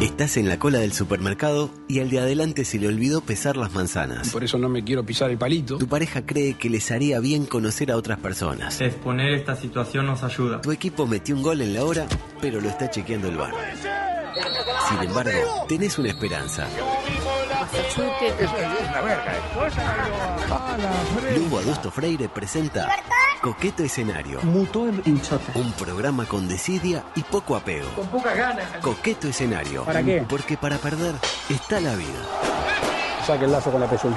Estás en la cola del supermercado y al de adelante se le olvidó pesar las manzanas. Por eso no me quiero pisar el palito. Tu pareja cree que les haría bien conocer a otras personas. Exponer esta situación nos ayuda. Tu equipo metió un gol en la hora, pero lo está chequeando el bar. Sin embargo, tenés una esperanza. Lugo Adusto Freire presenta Coqueto Escenario. mutó en, en chota. Un programa con desidia y poco apego. Con pocas ganas. Coqueto Escenario. ¿Para qué? Porque para perder está la vida. Saque el lazo con la pezuña.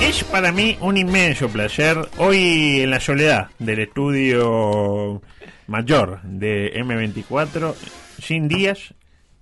Es para mí un inmenso placer hoy en la soledad del estudio mayor de M24, sin días,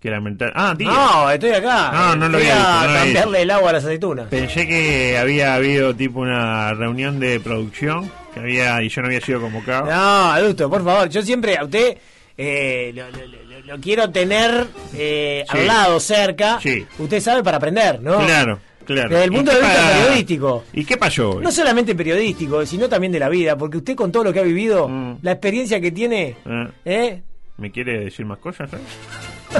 que lamentar. Ah, días. No, estoy acá. No, no lo Voy había visto, no a lo había cambiarle el agua a las aceitunas. Pensé que había habido tipo una reunión de producción que había y yo no había sido convocado. No, adulto, por favor. Yo siempre a usted eh, lo, lo- lo- lo quiero tener eh, Sí. al lado, cerca. Sí. Usted sabe para aprender, ¿no? Claro, claro. Desde el ¿Y punto qué de vista pa- periodístico. ¿Y qué pasó hoy? No solamente periodístico, sino también de la vida, porque usted con todo lo que ha vivido, Mm. la experiencia que tiene, Ah, ¿eh? ¿Me quiere decir más cosas? eh?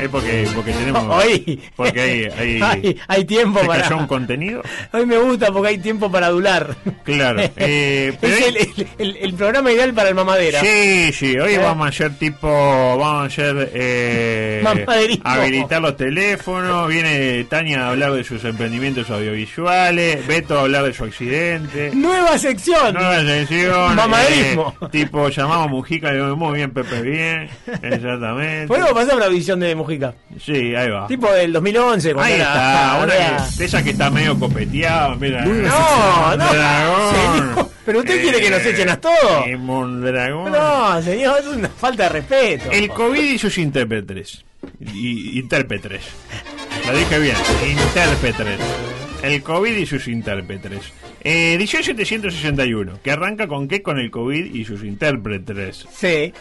Es porque, porque tenemos. Hoy. Porque hay. hay Hay- hay tiempo ¿se para- cayó un contenido? Hoy me gusta porque hay tiempo para adular. Claro, eh, pero es hay- el, el- el- el programa ideal para el mamadera. Sí, sí, hoy ¿Eh? vamos a hacer tipo, vamos a hacer eh, Mamaderismo. habilitar los teléfonos, viene Tania a hablar de sus emprendimientos audiovisuales, Beto a hablar de su accidente. Nueva sección. Nueva sección, Mamaderismo. eh, tipo llamamos a Mujica y digo, muy bien Pepe bien, exactamente. Podemos pasar una visión de Mujica. sí, ahí va. Tipo del 2011. cuando Ahí era- está, una era- que- de esas que está medio copeteado, mira. No, no, Mondragón. señor, pero usted quiere que nos echen a todos. eh, Mondragón. No, señor, es una falta de respeto. El COVID y sus intérpretes. Y, intérpretes. Lo dije bien. Intérpretes. El COVID y sus intérpretes. Eh, 18761, que arranca con qué? Con el COVID y sus intérpretes. Sí,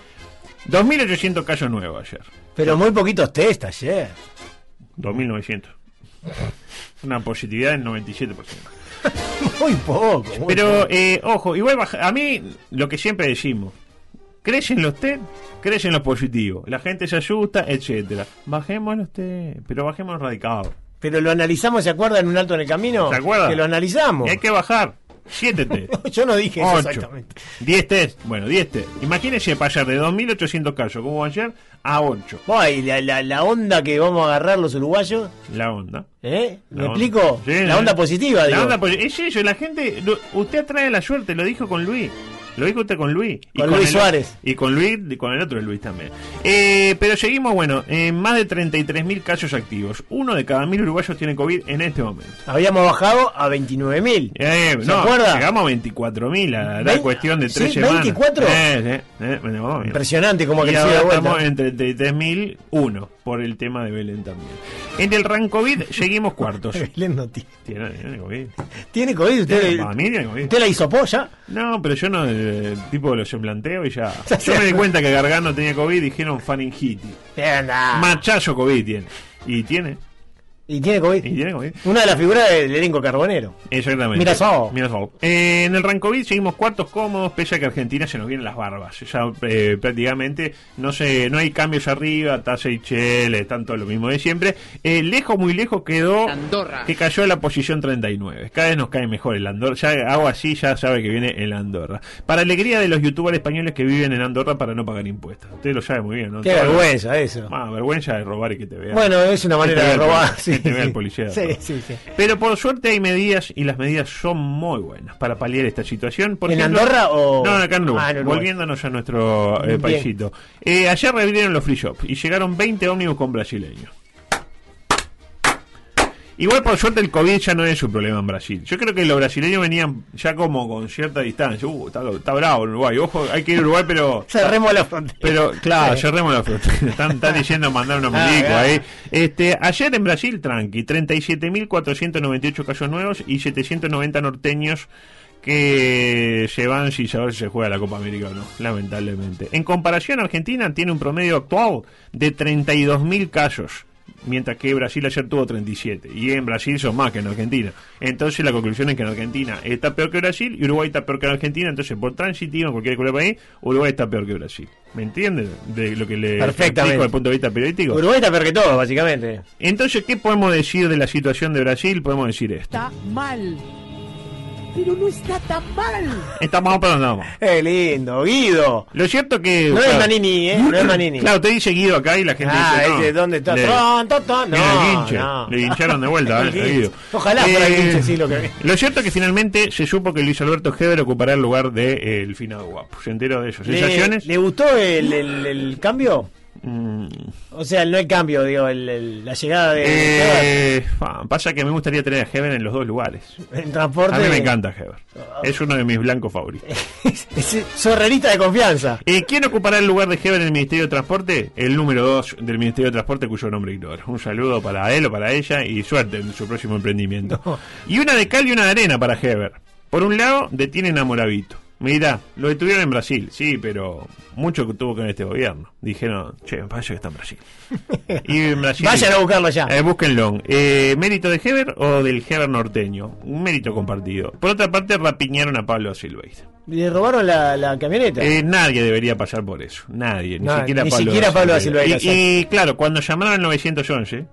2800 casos nuevos ayer. pero muy poquitos test ayer. 2900. Una positividad del 97%. Muy poco. muy poco. Pero, eh, ojo, igual baja- a mí lo que siempre decimos. Crees en los test, crees en los positivos. La gente se asusta, etcétera. Bajemos los test, pero bajemos radicados. Pero lo analizamos, ¿se acuerdan? En un alto en el camino. ¿Se acuerdan? Que lo analizamos. Y hay que bajar. 7 test. Yo no dije eso 8. exactamente. 10 test. Bueno, 10 test. Imagínense pasar de 2.800 casos como ayer a 8. Ay, la, la- la onda que vamos a agarrar los uruguayos, La onda. ¿eh? La ¿Me onda. explico? Sí, la sí. onda positiva, La digo. onda posi- Es eso, la gente. lo- usted atrae la suerte, lo dijo con Luis. Lo dijo usted con Luis. Con Luis el- Suárez. Y con Luis, y con el otro Luis también. Eh, pero seguimos, bueno, en más de 33.000 casos activos. Uno de cada mil uruguayos tiene COVID en este momento. Habíamos bajado a 29.000. Eh, ¿Se no, acuerda? Llegamos a 24.000 a la Vein- cuestión de ¿Sí? tres semanas. ¿24? Eh, eh, eh, bueno, vamos bien. Impresionante como ha Y crecido ahora de estamos vuelta. en 33.001 por el tema de Belén también. En el rancovid seguimos cuartos. Belén no tiene. Tiene- tiene COVID. ¿Tiene COVID usted? Tiene- para mí tiene COVID. ¿Usted la hizo polla? No, pero yo no, eh, tipo lo semblanteo y ya. Yo me di cuenta que Gargano tenía COVID y dijeron faringitis. Anda. Machazo COVID tiene. Y tiene, Y tiene COVID. y tiene COVID. Una de las figuras del elenco carbonero. Exactamente. Mirasol. Mirasol. Eh, en el Rancovid seguimos cuartos cómodos, pese a que Argentina se nos vienen las barbas. Ya eh, prácticamente no se, no hay cambios arriba, tasa y chele, están todo lo mismo de siempre. Eh, lejos, muy lejos quedó que cayó a la posición 39. Cada vez nos cae mejor el Andorra. Ya hago así, ya sabe que viene el Andorra. Para alegría de los youtubers españoles que viven en Andorra para no pagar impuestos. Usted lo sabe muy bien, ¿no? Qué Todo- vergüenza eso. Ah, vergüenza de robar y que te vean. Bueno, es una manera Que te de vea el robar. poli- Sí, que te vea el sí. este policía. Sí, sí, sí. Pero por suerte hay medidas y las medidas son muy buenas para paliar esta situación. Por ¿En ejemplo- Andorra o- No, acá en Uruguay. Ah, en Uruguay. Volviéndonos a nuestro eh, Bien. paisito. Eh, ayer reabrieron los free shops y llegaron 20 ómnibus con brasileños. Igual por suerte el COVID ya no es un problema en Brasil. Yo creo que los brasileños venían ya como con cierta distancia. Uh, está, está bravo Uruguay. Ojo, hay que ir a Uruguay, pero... Cerremos la frontera. Pero claro, Sí. cerremos la frontera. Están, están diciendo mandar unos Ah, milicos claro. ahí. Este, ayer en Brasil, tranqui, 37.498 casos nuevos y 790 norteños que se van sin saber si se juega la Copa América o no, lamentablemente. En comparación, Argentina tiene un promedio actual de 32.000 casos. Mientras que Brasil ayer tuvo 37 y en Brasil son más que en Argentina. Entonces la conclusión es que en Argentina está peor que Brasil y Uruguay está peor que Argentina. Entonces por transitivo en cualquier cualquier país, Uruguay está peor que Brasil. ¿Me entiendes? De lo que le Perfectamente. platico desde el punto de vista periodístico. Uruguay está peor que todo, básicamente. Entonces, ¿qué podemos decir de la situación de Brasil? Podemos decir esto. está mal. Pero no está tan mal. Estamos abandonando. ¡Qué lindo! ¡Guido! Lo cierto que... No claro, es Manini, ¿eh? No es Manini. Claro, te dice Guido acá y la gente ah, dice... no. ese, ¿dónde está? Le- Tron, ton, ton. Mira, el No, guinche. no. Le hincharon de vuelta. El eh, guinche. Guido. Eh, Ojalá fuera el guinche, sí, lo que- Lo cierto es que finalmente se supo que Luis Alberto Heber ocupará el lugar de eh, el finado guapo. Se enteró de eso. ¿Le, ¿Sensaciones? le gustó el, el- el cambio? Mm, O sea, no el cambio, digo, el- el- la llegada de... eh, fa, pasa que me gustaría tener a Heber en los dos lugares. en transporte. A mí me encanta Heber. Es uno de mis blancos favoritos. Es sorrerista de confianza. Eh, ¿Quién ocupará el lugar de Heber en el Ministerio de Transporte? El número 2 del Ministerio de Transporte, cuyo nombre ignoro. Un saludo para él o para ella y suerte en su próximo emprendimiento. Y una de cal y una de arena para Heber. Por un lado, detienen a Moravito. Mira, lo detuvieron en Brasil, sí, pero mucho que tuvo que ver este gobierno. Dijeron, che, vaya que está en Brasil. Y en Brasil- Vayan a buscarlo ya. eh, búsquenlo. Eh, ¿Mérito de Heber o del Heber norteño? Un mérito compartido. Por otra parte, rapiñaron a Pablo Silveira. Le robaron la, la camioneta. Eh, nadie debería pasar por eso. Nadie. Ni Nadie, siquiera ni Pablo, siquiera da Pablo da Silveira. Silveira, Y, y, claro, cuando llamaron al 911,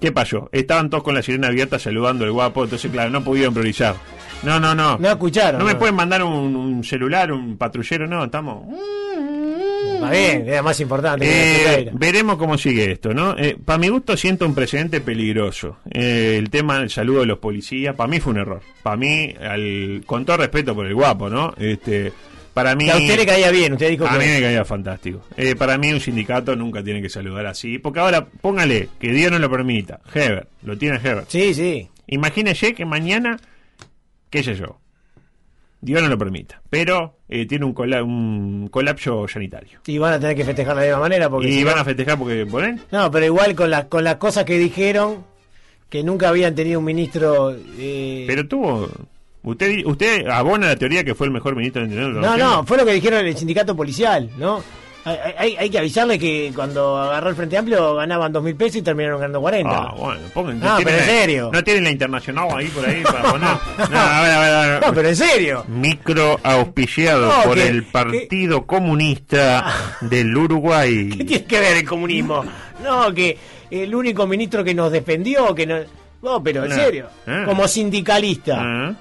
¿qué pasó? Estaban todos con la sirena abierta saludando al guapo. Entonces, claro, no pudieron priorizar. No, no, no. No escucharon, No me no. pueden mandar un, un celular, un patrullero. No, estamos. Más bien, era más importante. que la Eh, Silveira. veremos cómo sigue esto, ¿no? para mi gusto siento un precedente peligroso. Eh, el tema del saludo de los policías, para mí fue un error. Para mí, al- con todo respeto por el guapo, ¿no? Este, para mí... Que a usted le caía bien, usted dijo A mí me que... caía fantástico. Eh, para mí un sindicato nunca tiene que saludar así. Porque ahora, póngale, que Dios no lo permita. Heber, lo tiene Heber. Sí, sí. Imagínese que mañana, qué sé yo, Dios no lo permita. Pero eh, tiene un, cola- un colapso sanitario. Y van a tener que festejar de la misma manera porque... y si van no- a festejar porque por él. No, pero igual con, las con las cosas que dijeron, que nunca habían tenido un ministro... eh, Pero tuvo... Usted, usted abona la teoría que fue el mejor ministro de Interior. de la No, Nación. no, fue lo que dijeron en el sindicato policial, ¿no? Hay, hay- hay que avisarle que cuando agarró el Frente Amplio ganaban dos mil pesos y terminaron ganando 40. Ah, bueno, pongan. No, tienen pero en la- serio. No tienen la internacional ahí por ahí para poner. No, a ver, a ver, a ver. No, pero en serio. micro auspiciado No, por que- el Partido Comunista del Uruguay. ¿Qué tiene que ver el comunismo? No, que el único ministro que nos defendió, que no... No, pero en No. serio. Ah. Como sindicalista. Ah,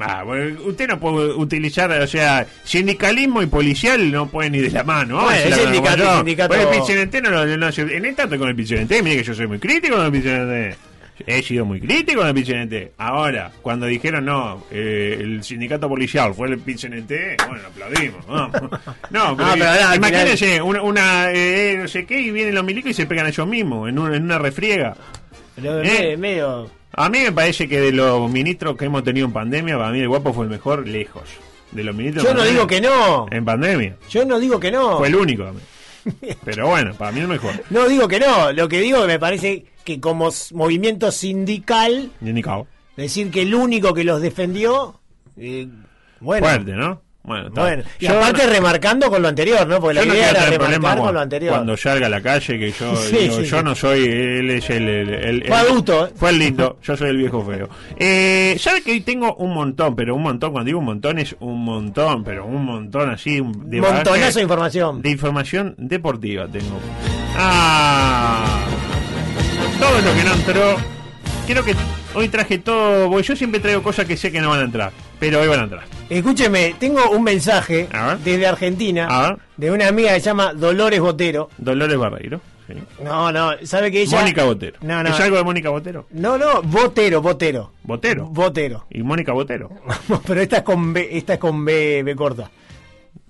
ah, bueno, usted no puede utilizar, o sea, sindicalismo y policial no pueden ir de la mano. Bueno, vamos a el decirla como sindicato- yo. sindicato- Pues el Pichinete no lo- no se- en esta estoy con el Pichinete, mire que yo soy muy crítico con el Pichinete. He sido muy crítico con el Pichinete. Ahora, cuando dijeron no, eh, el sindicato policial fue el Pichinete, bueno, aplaudimos. vamos. No, pero, Ah, pero ahora, al imagínense, una, una, eh, no sé qué, y vienen los milicos y se pegan ellos mismos en, un- en una refriega. Pero en Eh. medio- en medio... A mí me parece que de los ministros que hemos tenido en pandemia, para mí el guapo fue el mejor lejos. De los ministros Yo en no pandemia- digo que no. En pandemia. Yo no digo que no. Eh. Fue el único. para mí. Pero bueno, para mí el mejor. No digo que no. Lo que digo que me parece que como s- movimiento sindical, Ni ni cabo. decir que el único que los defendió, eh, bueno. Fuerte, ¿no? Bueno, está. bueno. Y Yo aparte no- remarcando con lo anterior, ¿no? Porque la yo no idea quiero era tener problemas remarcar con cuando, lo anterior. cuando salga a la calle, que yo, Sí, digo, sí, yo sí. no soy, él es el... el- el- Fue el- adulto, ¿eh? Fue el lindo, yo soy el viejo feo. Eh, ¿Sabe que tengo un montón, pero un montón, cuando digo un montón es un montón, pero un montón así un- de bagaje- Montonazo de información. de información deportiva tengo. Ah, todo lo que no entró. Creo que hoy traje todo. Porque yo siempre traigo cosas que sé que no van a entrar. Pero hoy van a entrar. Escúcheme, tengo un mensaje A ver. desde Argentina A ver. de una amiga que se llama Dolores Botero. Dolores Barreiro. sí. No, no, sabe que ella. Mónica Botero. No, no. ¿Es algo de Mónica Botero? No, no, Botero, Botero. Botero. Botero. y Mónica Botero. Pero esta es con B, esta es con B, B corta.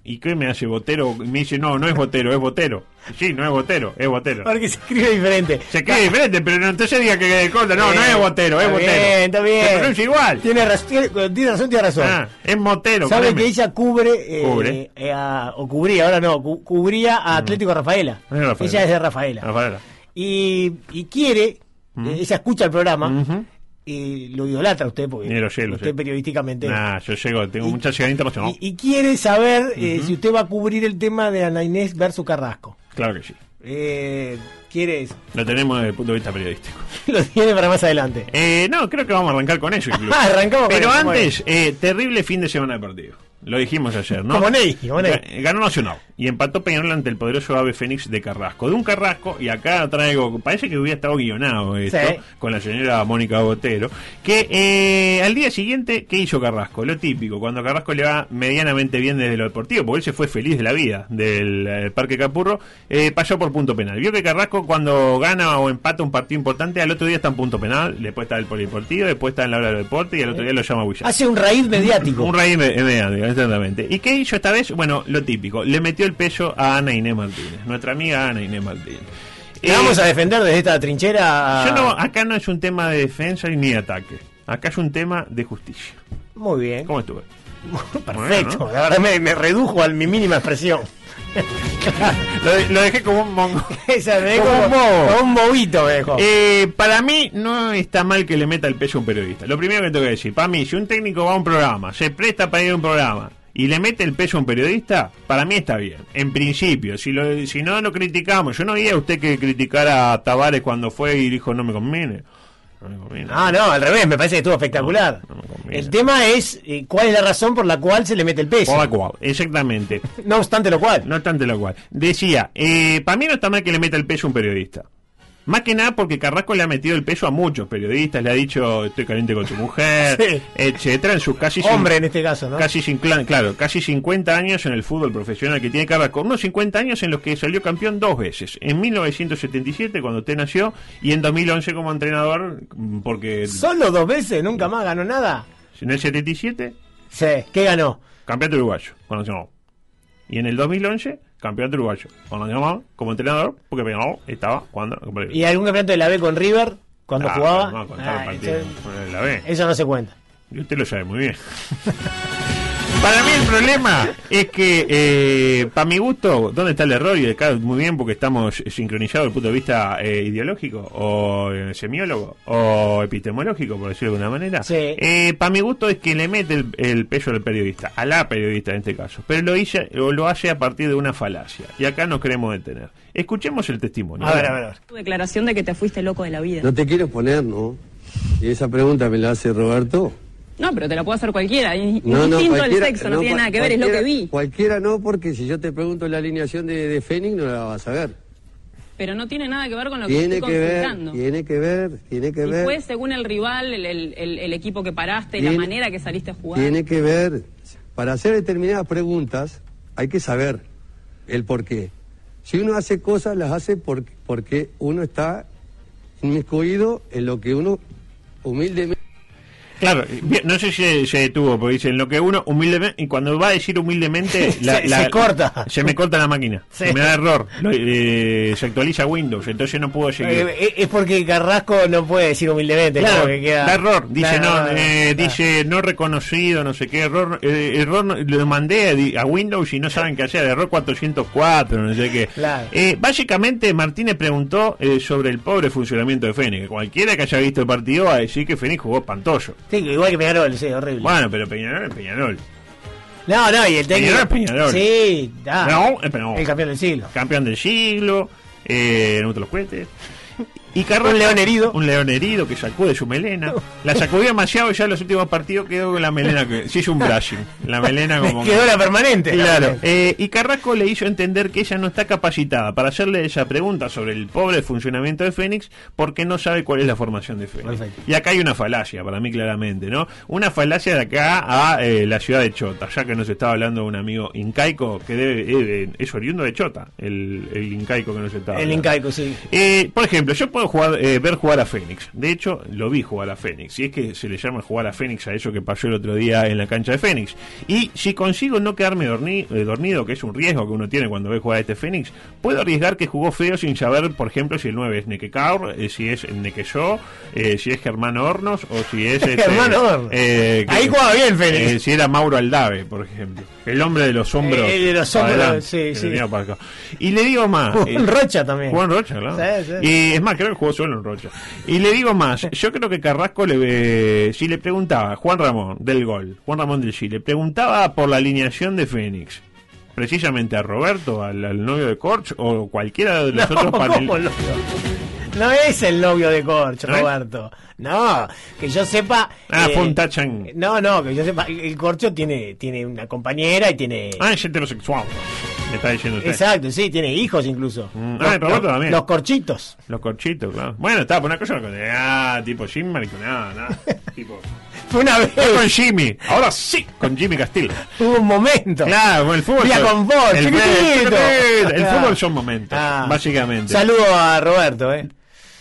¿Y qué me hace Botero? Y me dice, no, no es Botero, es Botero. Y Sí, no es Botero, es Botero. Porque se escribe diferente. Se escribe diferente, pero no, entonces diga que que corta. No, no es Botero, es Está Botero. Bien, está bien. Se pronuncia igual. Tiene, raz- tiene- tiene razón, tiene razón. Ah, es Motero. Sabe créeme. que ella cubre, eh, Cubre. Mm. eh, a- o cubría, ahora no, cu- cubría a Atlético Rafaela. Es Rafaela. Ella es de Rafaela. Rafaela. Y, y quiere, eh, ella escucha el programa Mm. Ujú. y lo idolatra a usted, porque Ni lo sé, lo usted sé. periodísticamente. Nah, yo llego, tengo mucha llegada internacional. Y, y quiere saber eh, si usted va a cubrir el tema de Ana Inés versus Carrasco. Claro que sí. Eh, ¿Quieres? Lo tenemos desde el punto de vista periodístico. Lo tiene para más adelante. Eh, no, creo que vamos a arrancar con eso incluso. Arrancamos con Pero eso, antes, eh, terrible fin de semana de partido. Lo dijimos ayer, ¿no? Como Ney, como Ney. Ga- Ganó Nacional y empató Peñarol ante el poderoso Ave Fénix de Carrasco. De un Carrasco, y acá traigo, parece que hubiera estado guionado esto, Sí. con la señora Mónica Botero, que eh, al día siguiente, ¿qué hizo Carrasco? Lo típico, cuando Carrasco le va medianamente bien desde lo deportivo, porque él se fue feliz de la vida del eh, Parque Capurro, eh, pasó por punto penal. Vio que Carrasco cuando gana o empata un partido importante, al otro día está en punto penal, después está el polideportivo, después está en la hora del deporte y al otro día lo llama Willian. Hace un raíz mediático. Un raíz me- mediático, exactamente. ¿Y qué hizo esta vez? Bueno, lo típico. Le metió el peso a Ana Inés Martínez, nuestra amiga Ana Inés Martínez. Le Eh, vamos a defender desde esta trinchera. yo no- acá no es un tema de defensa y ni de ataque. Acá es un tema de justicia. Muy bien. ¿Cómo estuve? Perfecto. Bueno, La verdad me, me redujo a mi mínima expresión. lo, de- lo dejé como un mongo. Esa me dejó Como un bobo. como un bobito me dejó. Eh, para mí no está mal que le meta el peso a un periodista. Lo primero que tengo que decir, para mí, si un técnico va a un programa, se presta para ir a un programa y le mete el peso a un periodista, para mí está bien. En principio, si, lo- si no lo criticamos, yo no oía a usted que criticara a Tavares cuando fue y dijo no me conviene. No me conviene. Ah, no, al revés, me parece que estuvo espectacular. No, no me conviene. el tema es eh, cuál es la razón por la cual se le mete el peso. Cuau, cuau. Exactamente. No obstante lo cual. No obstante lo cual. Decía, eh, para mí no está mal que le meta el peso a un periodista. Más que nada porque Carrasco le ha metido el peso a muchos periodistas, le ha dicho estoy caliente con tu mujer, Sí. etcétera, en sus casi cin- Hombre en este caso, ¿no? casi cin- cla- claro, casi 50 años en el fútbol profesional que tiene Carrasco, unos 50 años en los que salió campeón dos veces, en 1977 cuando usted nació y en 2011 como entrenador mm, porque Solo dos veces, nunca más ganó nada. en el 77 Sí, ¿qué ganó? campeonato uruguayo con Nacional. Y en el 2011, campeonato uruguayo con Nacional como entrenador, porque Peñarol estaba jugando. ¿Y algún campeonato de la B con River cuando Ah, jugaba? No, contaba Ah, el partido eso, con la B. eso no se cuenta. Y usted lo sabe muy bien. Para mí el problema es que, eh, para mi gusto, ¿dónde está el error? Y acá muy bien porque estamos sincronizados desde el punto de vista eh, ideológico, o eh, semiólogo, o epistemológico, por decirlo de alguna manera. Sí. para mi gusto es que le mete el, el peso al periodista, a la periodista en este caso, pero lo, hice, o lo hace a partir de una falacia. Y acá nos queremos detener. Escuchemos el testimonio. A ver, a ver, a ver. Tu declaración de que te fuiste loco de la vida. No te quiero poner, ¿no? Y esa pregunta me la hace Roberto. No, pero te la puede hacer cualquiera. In- No, no, Instinto del cualquiera- sexo, no, no, tiene cual- nada que ver, es lo que cualquiera- vi. Cualquiera no, porque si yo te pregunto la alineación de, de Fénix no la vas a ver. Pero no tiene nada que ver con lo que Tiene estoy que ver, consultando. tiene que ver, tiene que y pues, ver. fue según el rival, el, el- el- el equipo que paraste, la Tiene- manera que saliste a jugar. Tiene que ver. Para hacer determinadas preguntas hay que saber el por qué. Si uno hace cosas, las hace por- porque uno está inmiscuido en lo que uno humildemente... Claro, bien, no sé si se, se detuvo, porque dicen lo que uno humildemente, y cuando va a decir humildemente, Se- se corta. Se me corta la máquina, Sí. se me da error, lo- eh, se actualiza Windows, entonces no puedo seguir. Eh, eh, es porque Carrasco no puede decir humildemente. es Claro, como que queda- da error, dice Claro, no, eh, claro. dice no reconocido, no sé qué error, eh, error no- lo mandé a, di- a Windows y no saben qué hacer, error 404, no sé qué. Claro. Eh, básicamente Martínez preguntó eh, sobre el pobre funcionamiento de Fénix. Cualquiera que haya visto el partido va a decir que Fénix jugó espantoso. Sí, igual que Peñarol, sí, horrible. Bueno, pero Peñarol es Peñarol. No, no, y el técnico. Peñarol es Peñarol. Sí, da. No, es Peñarol. El campeón del siglo. campeón del siglo, eh, no te los cuentes. Y Carrasco- Un león herido. Un león herido que sacude su melena. La sacudió demasiado y ya en los últimos partidos quedó con la melena. Que, se hizo un brushing. La melena como. Quedó la permanente. Claro. Eh, y Carrasco le hizo entender que ella no está capacitada para hacerle esa pregunta sobre el pobre funcionamiento de Fénix porque no sabe cuál es la formación de Fénix. Perfecto. Y acá hay una falacia, para mí claramente, ¿no? Una falacia de acá a eh, la ciudad de Chota, ya que nos estaba hablando un amigo incaico que debe, eh, eh, es oriundo de Chota, el, el incaico que nos estaba El hablando. incaico, sí. Eh, por ejemplo, yo puedo puedo jugar, eh, ver jugar a Fénix. De hecho, lo vi jugar a Fénix. Y es que se le llama jugar a Fénix a eso que pasó el otro día en la cancha de Fénix. Y si consigo no quedarme dormi- eh, dormido, que es un riesgo que uno tiene cuando ve jugar a este Fénix, puedo arriesgar que jugó feo sin saber, por ejemplo, si el 9 es Nequecaur, eh, si es Nequeyo, eh, si es Germán Hornos o si es. este, Germán Hornos. eh, que- Ahí jugaba bien Fénix. eh, si era Mauro Aldave, por ejemplo. El hombre de los hombros. Eh, El de los hombros, sí, que sí. venía para acá. Y le digo más. Jugó en eh, Rocha también. Jugó en Rocha, claro. Sí, sí. Y es más, creo que jugó solo en Rocha. Y le digo más, yo creo que Carrasco, le, eh, si le preguntaba, Juan Ramón del gol, Juan Ramón del Chile, preguntaba por la alineación de Fénix, precisamente a Roberto, al, al novio de Corch o cualquiera de los No, otros ¿cómo panelistas. no? No es el novio de Corcho, ¿No es? Roberto. No, que yo sepa. eh, Ah, fue un tachan. No, no, que yo sepa. El Corcho tiene, tiene una compañera y tiene. Ah, es heterosexual, me está diciendo usted. Exacto, sí, tiene hijos incluso. Mm, ah, y Roberto también. Los corchitos. Los corchitos, claro. Bueno, está, por una cosa, una cosa. Ah, tipo Jim Maricón, nada, nada. tipo. Fue una Fue con vez, Jimmy, ahora sí, con Jimmy Castillo. hubo un momento. Claro, con el fútbol. Día son- con vos, el, chiquitito. el- el Ah. fútbol son momentos, Ah. básicamente. Saludo a Roberto, eh.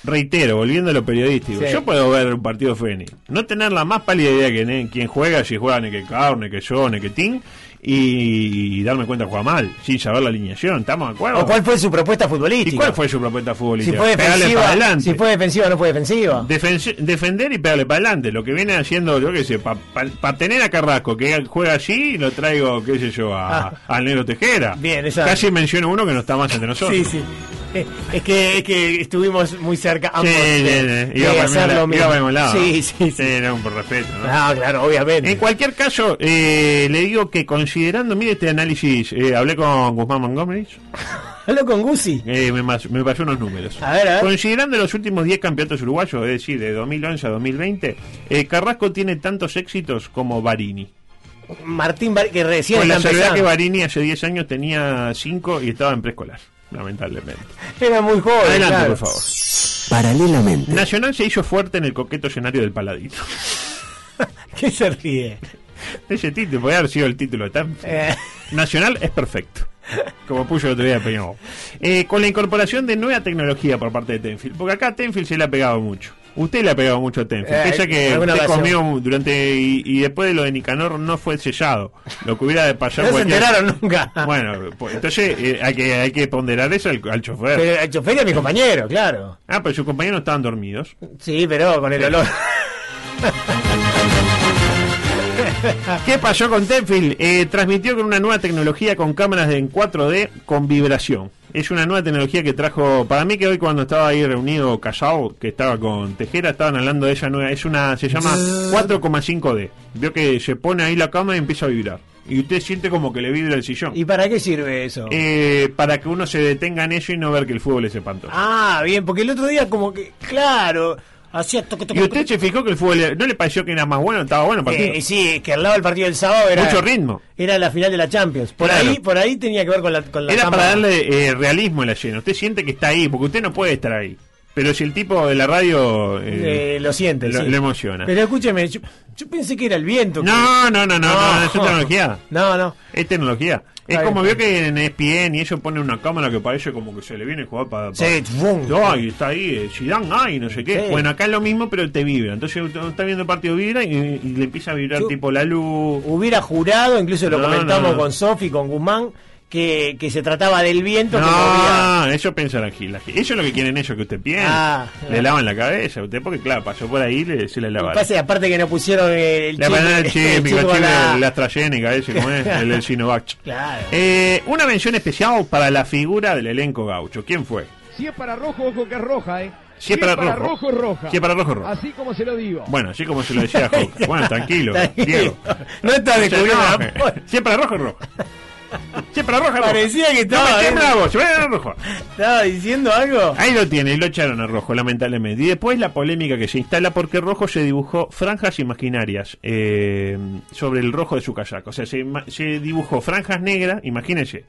Reitero, volviendo a lo periodístico, Sí. yo puedo ver un partido Fénix, no tener la más pálida idea que ne- quién juega, si juega que Carne, que yo, que Ting, y, y darme cuenta que juega mal, sin saber la alineación, ¿estamos de acuerdo? ¿O cuál fue su propuesta ¿Y futbolística? cuál fue su propuesta Si futbolística? fue Pegarle defensiva, para adelante. si fue defensiva o no fue defensiva. Defense- defender y pegarle para adelante. Lo que viene haciendo, yo qué sé, para tener a Carrasco que juega allí, lo traigo, qué sé yo, a, Ah. al Negro Tejera. Bien, exacto. Casi menciono uno que no está más entre nosotros. Sí, sí. Eh, Es que, es que estuvimos muy cerca Sí, ambos sí, de, sí. de eh. Iba para el hacer mismo lo lado, mismo. iba para el mismo lado. Sí, sí, sí. Era un por respeto, ¿no? Ah, claro, obviamente. En cualquier caso, eh, le digo que considerando, mire este análisis, eh, hablé con Guzmán Montgomery, Hablo con Gusi. eh, me, mas- me pasó unos números. A ver, a ver. Considerando los últimos 10 campeonatos uruguayos, es decir, de 2011 a 2020, eh, Carrasco tiene tantos éxitos como Barini. Martín Bar- que recién Con la está salvedad que empezando. Barini hace 10 años tenía 5 y estaba en preescolar, lamentablemente. Era muy joven. Adelante, claro. por favor. Paralelamente. Nacional se hizo fuerte en el coqueto escenario del Paladino. ¿Qué se ríe? Ese título, podría haber sido el título tan... Eh, Nacional es perfecto. Como puso el otro día Peñón. Eh, con la incorporación de nueva tecnología por parte de Tenfield. Porque acá a Tenfield se le ha pegado mucho. Usted le ha pegado mucho a Tenfield. Eh, Pese a que alguna usted ocasión. comió durante. Y, y después de lo de Nicanor no fue sellado. Lo que hubiera de pasar no se cualquier- enteraron nunca. Bueno, pues, entonces eh, hay, que, hay que ponderar eso al, al chofer. Pero el chofer era mi compañero, claro. Ah, pero sus compañeros estaban dormidos. Sí, pero con el olor. ¿Qué pasó con Tenfield? Eh, transmitió con una nueva tecnología con cámaras en 4D con vibración. Es una nueva tecnología que trajo. Para mí que hoy cuando estaba ahí reunido Callao, que estaba con Tejera, estaban hablando de ella nueva. Es una, se llama Ah. 4,5D. Vio que se pone ahí la cámara y empieza a vibrar. Y usted siente como que le vibra el sillón. ¿Y para qué sirve eso? Eh, para que uno se detenga en eso y no ver que el fútbol es espantoso. Ah, bien, porque el otro día como que, claro, hacía toque, toque, y usted toque. se fijó que el fútbol no le pareció que era más bueno, estaba bueno el partido. Eh, sí, que al lado del partido del sábado era Mucho ritmo. Era la final de la Champions. Por Claro. ahí, por ahí tenía que ver con la con la Era para cámara. darle eh, realismo a la llena. Usted siente que está ahí, porque usted no puede estar ahí. Pero si el tipo de la radio eh, Eh, lo siente, lo, sí. lo emociona. Pero escúcheme, yo, yo pensé que era el viento. que- No, no, no, no, no, es tecnología. No, no. Es tecnología. Es Está como bien. vio que en E ESPN y ellos ponen una cámara que parece como que se le viene a jugar para... Sí, ¡fum! Ay, está ahí, eh, Zidane, ay, no sé qué. Sí. Bueno, acá es lo mismo, pero te vibra. Entonces usted está viendo el partido, vibra y, y le empieza a vibrar Yo- tipo la luz. Hubiera jurado, incluso lo No, comentamos no, no. con Sofi, con Guzmán, que, que se trataba del viento que movía. No, eso piensan aquí. la gente. Eso es lo que quieren ellos que usted piense. Ah, le ah. lavan la cabeza a usted, porque claro, pasó por ahí y le, se la Y lavaron. pasa, y aparte que no pusieron el La chip- banana del chip, el chip el con la- la AstraZeneca, ese como es, el, el Sinovac. Claro. Eh, una mención especial para la figura del elenco gaucho. ¿Quién fue? Si es para rojo, ojo que es roja, ¿eh? Si es para rojo. es roja. Si es para rojo, es roja. Así como se lo digo. Bueno, así como se lo decía Hawk. Bueno, tranquilo, Tranquilo. Diego. No está se descubriendo la enoje. pólvora. Siempre rojo, rojo. Siempre rojo, rojo. Parecía que No, estaba, me eh. tiembla la voz, se va a rojo. ¿Estaba diciendo algo? Ahí lo tiene, lo echaron a Rojo, lamentablemente. Y después la polémica que se instala porque Rojo se dibujó franjas imaginarias eh, sobre el rojo de su casaco. O sea, se, ima- se dibujó franjas negras, imagínense,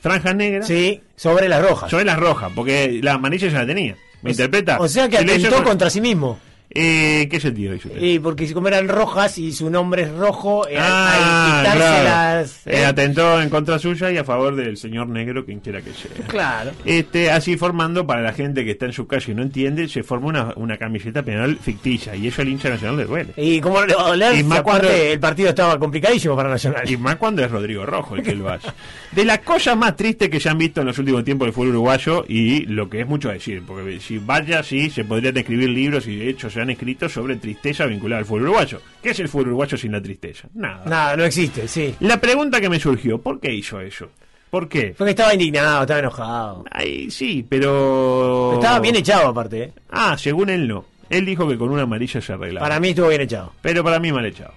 franjas negras Sí, sobre las rojas. sobre las rojas, porque la amarilla ya la tenía. ¿Me interpreta? O sea que Se le hizo atentó con- contra sí mismo. Eh, ¿Qué sentido dice usted? Y porque si como eran rojas y su nombre es rojo, eh, al- Ah, al quitarse claro. la más. Eh, eh, atentó en contra suya y a favor del señor negro, quien quiera que sea. Claro. Este, así formando para la gente que está en su calle y no entiende, se forma una, una camiseta penal ficticia y eso al hincha nacional le duele. Y como no le va a doler, Y si más aparte cuando- el partido estaba complicadísimo para Nacional. Y más cuando es Rodrigo Rojo el que lo hace. De las cosas más tristes que se han visto en los últimos tiempos del fútbol uruguayo y lo que es mucho a decir, porque si vaya, sí, se podrían escribir libros y de hecho se han escrito sobre tristeza vinculada al fútbol uruguayo. ¿Qué es el fútbol uruguayo sin la tristeza? Nada. Nada, no existe, sí. La pregunta que me surgió, ¿por qué hizo eso? ¿Por qué? Porque estaba indignado, estaba enojado. Ay, sí, pero... Estaba bien echado aparte, ¿eh? Ah, según él no. Él dijo que con una amarilla se arreglaba. Para mí estuvo bien echado. Pero para mí mal echado.